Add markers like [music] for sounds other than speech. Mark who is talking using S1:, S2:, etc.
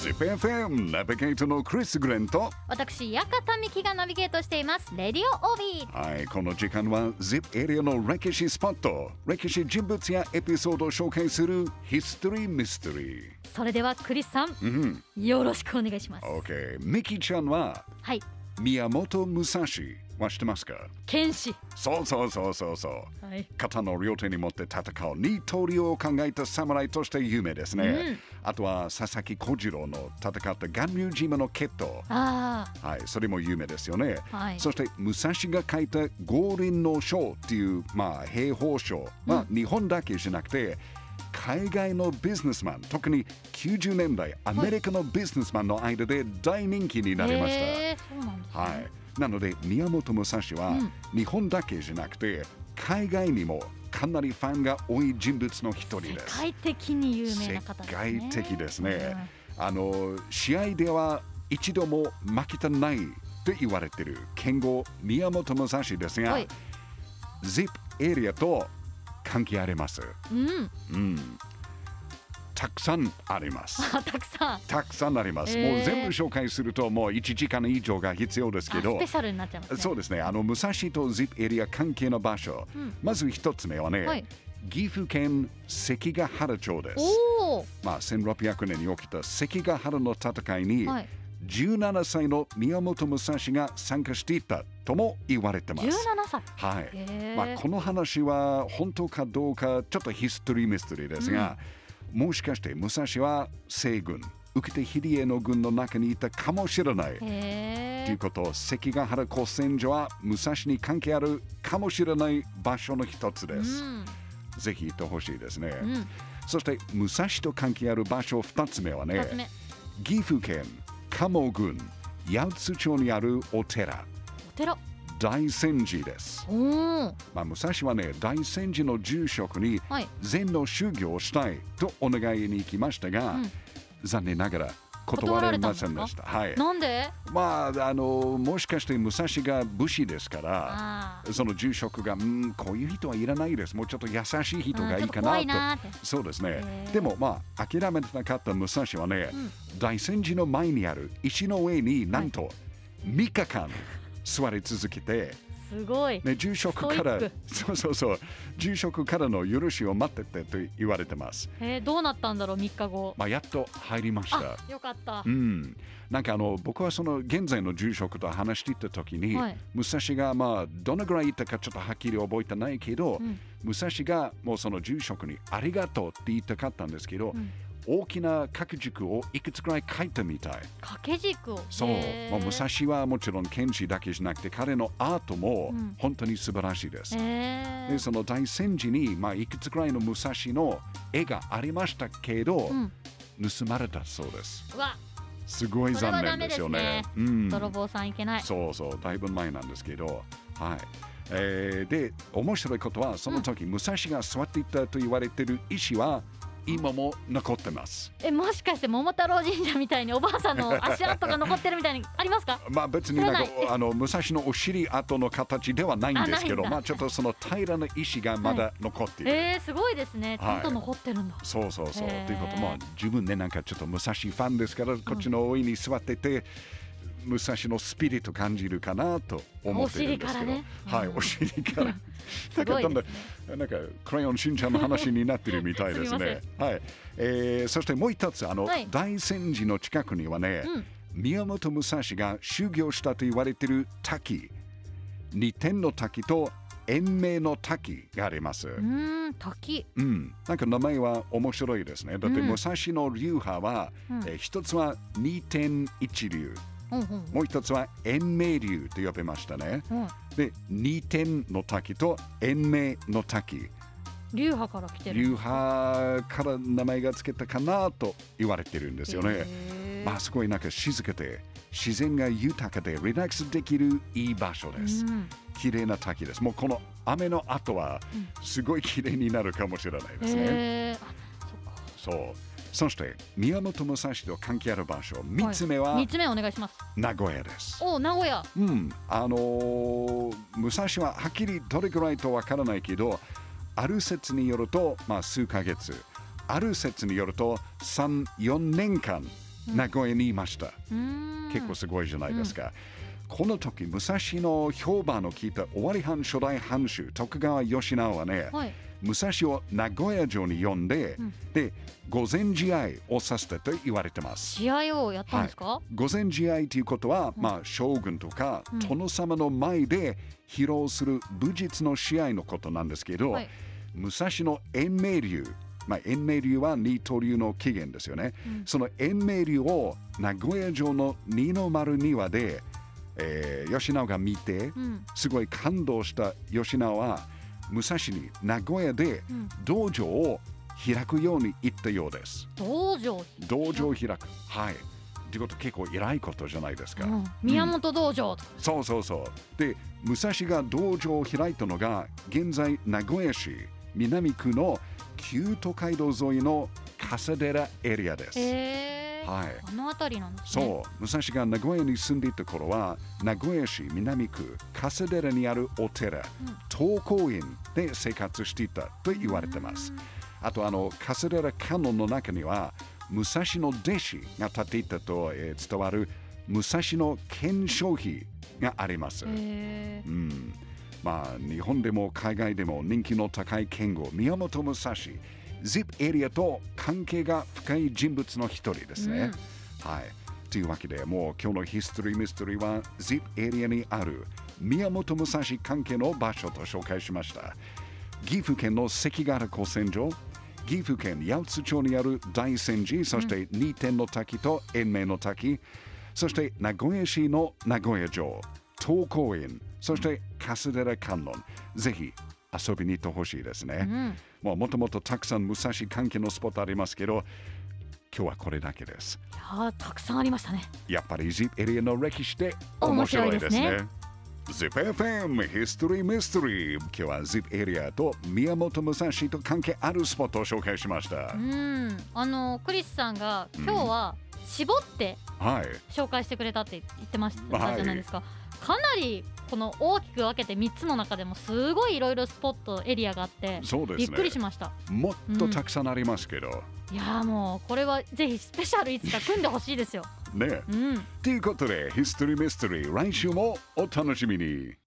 S1: ZIPFM ナビゲートのクリス・グレント
S2: 私館美希がナビゲートしていますレディオオビー
S1: はいこの時間は ZIP エリアの歴史スポット歴史人物やエピソードを紹介するヒストリー・ミステリー
S2: それではクリスさん
S1: うん
S2: よろしくお願いします
S1: OK ミキちゃんは
S2: はい
S1: 宮本武蔵は知ってますか
S2: 剣士
S1: そうそうそうそうそう
S2: はい
S1: 刀の両手に持って戦う二刀流を考えた侍として有名ですね、
S2: うん
S1: あとは佐々木小次郎の戦った巌流島の決闘
S2: あ
S1: はいそれも有名ですよね
S2: あはい
S1: そして武蔵が書いた「五輪の書」っていう、まあ、兵法書は日本だけじゃなくて、海外のビジネスマン特に90年代アメリカのビジネスマンの間で大人気になりました。
S2: へーそうなんですね
S1: はい、なので宮本武蔵は日本だけじゃなくて海外にもかなりファンが多い人物の一人
S2: 世
S1: です。
S2: 界的に有名な方ですね
S1: 世界的ですねあの試合では一度も負けてないと言われている剣豪宮本武蔵です
S2: うん
S1: が、
S2: はい、
S1: ZIP エリアと関係あります。
S2: うん
S1: うん、たくさんあります。 [laughs]
S2: あたくさん
S1: たくさんあります。もう全部紹介するともう1時間以上が必要ですけ
S2: あ
S1: ど
S2: スペ。シャルになっちゃいますね
S1: そう
S2: で
S1: ですね、あの武蔵と ZIP エリア関係の場所、
S2: うん
S1: まず一つ目はね、
S2: はい
S1: 岐阜県関ヶ原町です。
S2: おお
S1: まあ、1600年に起きた関ヶ原の戦いに、
S2: はい
S1: 17歳の宮本武蔵が参加していたとも言われてま
S2: 17
S1: す。
S2: 歳
S1: はい
S2: へえ、
S1: まあ、この話は本当かどうかちょっとヒストリーミステリーですが、もしかして武蔵は西軍受けて秀家の軍の中にいたかもしれない。
S2: へ
S1: という
S2: え
S1: こと関ヶ原古戦場は武蔵に関係あるかもしれない場所の一つ
S2: う
S1: です、
S2: ん
S1: ぜひ行ってほしいですね、
S2: うん
S1: そして武蔵と関係ある場所二つ目は
S2: 二つ
S1: ね
S2: 目
S1: 岐阜県鴨郡八津町にあるお寺
S2: お寺
S1: 大仙寺です、
S2: おお
S1: まあ、武蔵はね大仙寺の住職に
S2: はい
S1: 禅の修行をしたいとお願いに行きましたが、
S2: うん
S1: 残念ながら断られませんでしたはい
S2: なんで
S1: まああのもしかして武蔵が武士ですから
S2: あ
S1: その住職が、うん、こういう人はいらないです。もうちょっと優しい人
S2: あ
S1: がいいか
S2: うんちょっと怖い
S1: なと。
S2: なーって
S1: そうですね
S2: へ。ー
S1: でも、まあ、諦めてなかった武蔵はね、大仙寺の前にある石の上になんと3日間座り続けて、
S2: すごい
S1: ね、住職から
S2: ストイッ、
S1: そうそうそう、住職からの許しを待っててと言われてます。
S2: えー、どうなったんだろう3日後
S1: まあ、やっと入りました
S2: あ。よかった
S1: うん、なんかあの僕はその現在の住職と話していた時に、
S2: はい
S1: 武蔵がまあどのぐらいいたかちょっとはっきり覚えてないけど、
S2: うん
S1: 武蔵がもうその住職にありがとうって言いたかったんですけど、
S2: うん
S1: 大きな掛軸をいくつぐらい書いたみたい
S2: 掛け軸を
S1: そう、
S2: へー
S1: まあ、武蔵はもちろん剣士だけじゃなくて彼のアートも
S2: うん
S1: 本当に素晴らしいです、
S2: へ
S1: で
S2: ー
S1: その大戦時に、まあ、いくつぐらいの武蔵の絵がありましたけど、
S2: うん
S1: 盗まれたそうです
S2: うわ
S1: すごい残念ですよね。
S2: そ
S1: うん
S2: 泥棒さんいけない
S1: そうそう、だいぶ前なんですけど、はい。えーで、面白いことは、その時、武蔵が座っていたと言われている石は、今も残ってます。
S2: えもしかして桃太郎神社みたいにおばあさ
S1: [laughs]
S2: んの足跡が残ってるみたいにありますか
S1: まあ別になんか
S2: 知らない
S1: あの武蔵のお尻跡の形ではないんですけど、
S2: あないんだ
S1: まあちょっとその平らな石がまだ残っている。
S2: えー、すごいですねちゃんと残ってるんだ、
S1: そうそうそう。と
S2: へー
S1: いうことも、自分ね、なんかちょっと武蔵ファンですから、こっちの上に座ってて、武蔵のスピリット感じるかなと思っているんですけど、
S2: お尻からね
S1: はい、
S2: うん
S1: お尻から。
S2: すご
S1: [laughs]
S2: い
S1: なんかど
S2: で
S1: ん
S2: す
S1: ど
S2: ね
S1: んなんかクレヨンしんちゃんの話になってるみたいです
S2: [laughs] すみ
S1: ね。はい、えーそしてもう一つあの、
S2: はい
S1: 大仙寺の近くにはね、
S2: うん
S1: 宮本武蔵が修行したと言われている滝二天の滝と延命の滝があります。
S2: うーん滝
S1: うん、なんか名前は面白いですね。だって
S2: うん
S1: 武蔵の流派は、
S2: うん
S1: えー一つは二天一流、
S2: うんうん
S1: もう一つは延命流と呼びましたね。
S2: うん
S1: で、二天の滝と延命の滝。
S2: 流派から来てる
S1: 流派から名前がつけたかなと言われてるんですよね。
S2: へー
S1: まあすごいなんか静かで自然が豊かでリラックスできるいい場所です。
S2: うん
S1: 綺麗な滝です。もうこの雨の後はすごい綺麗になるかもしれないですね。
S2: へーあそっか
S1: そう。そして宮本武蔵と関係ある場所3つ目は
S2: 三つ目お願いします。
S1: 名古屋です。
S2: お名古屋。
S1: うん、あのー武蔵ははっきりどれぐらいとわからないけど、ある説によると、まあ、数ヶ月、ある説によると3、4年間名古屋にいました、
S2: うーん
S1: 結構すごいじゃないですか、この時武蔵の評判の聞いた尾張藩初代藩主徳川慶直はね、
S2: はい
S1: 武蔵を名古屋城に呼んで、
S2: うん
S1: で御前試合をさせたと言われてます
S2: 試合をやったんですか、
S1: 御前試合ということは、まあ、将軍とか
S2: うん
S1: 殿様の前で披露する武術の試合のことなんですけど、
S2: はい
S1: 武蔵の延命流、まあ、延命流は二刀流の起源ですよね、
S2: うん
S1: その延命流を名古屋城の二の丸庭で、えー、吉直が見て
S2: うん
S1: すごい感動した吉直は武蔵に名古屋で
S2: うん
S1: 道場を開くように言ったようです
S2: 道場、
S1: 道場を開くはいってこと結構偉いことじゃないですか、
S2: うん宮本道場とか、
S1: そうそうそう。で、武蔵が道場を開いたのが、現在名古屋市南区の旧都街道沿いの笠寺エリアです。
S2: へえ、
S1: はい。
S2: あの辺りなんですね
S1: そう、武蔵が名古屋に住んでいた頃は、名古屋市南区笠寺にあるお寺、東光院で生活していたと言われてます。あと、あの、笠寺観音の中には、武蔵の弟子が建ていたと、えー伝わる武蔵の顕彰碑があります。
S2: へえ
S1: うん、まあ日本でも海外でも人気の高い剣豪宮本武蔵 ZIP エリアと関係が深い人物の一人ですね、はいというわけでもう今日のヒストリーミステリーは ZIP エリアにある宮本武蔵関係の場所と紹介しました岐阜県の関ヶ原古戦場岐阜県八百津町にある大仙寺そして二天の滝と延命の滝そして名古屋市の名古屋城東公園そして笠寺観音ぜひ遊びに行ってほしいです
S2: う
S1: ね、
S2: ん
S1: もうもともとたくさん武蔵関係のスポットありますけど今日はこれだけです
S2: いやーたくさんありましたね
S1: やっぱり ZIP エリアの歴史って面白いです
S2: 面白い
S1: ね。ZIPFM History Mystery 今日は ZIP エリアと宮本武蔵と関係あるスポットを紹介しました
S2: う。んあのクリスさんが今日は絞って
S1: はい。
S2: 紹介してくれたって言ってました
S1: はい
S2: じゃないですか、かなりこの大きく分けて3つの中でもすごいいろいろスポットエリアがあって、
S1: そうで
S2: びっ
S1: す
S2: く
S1: ね
S2: りし。ました
S1: もっとたくさんありますけど。
S2: いやーもうこれはぜひスペシャルいつか組んでほしいですよ
S1: ね。
S2: うん
S1: ということで History Mystery 来週もお楽しみに。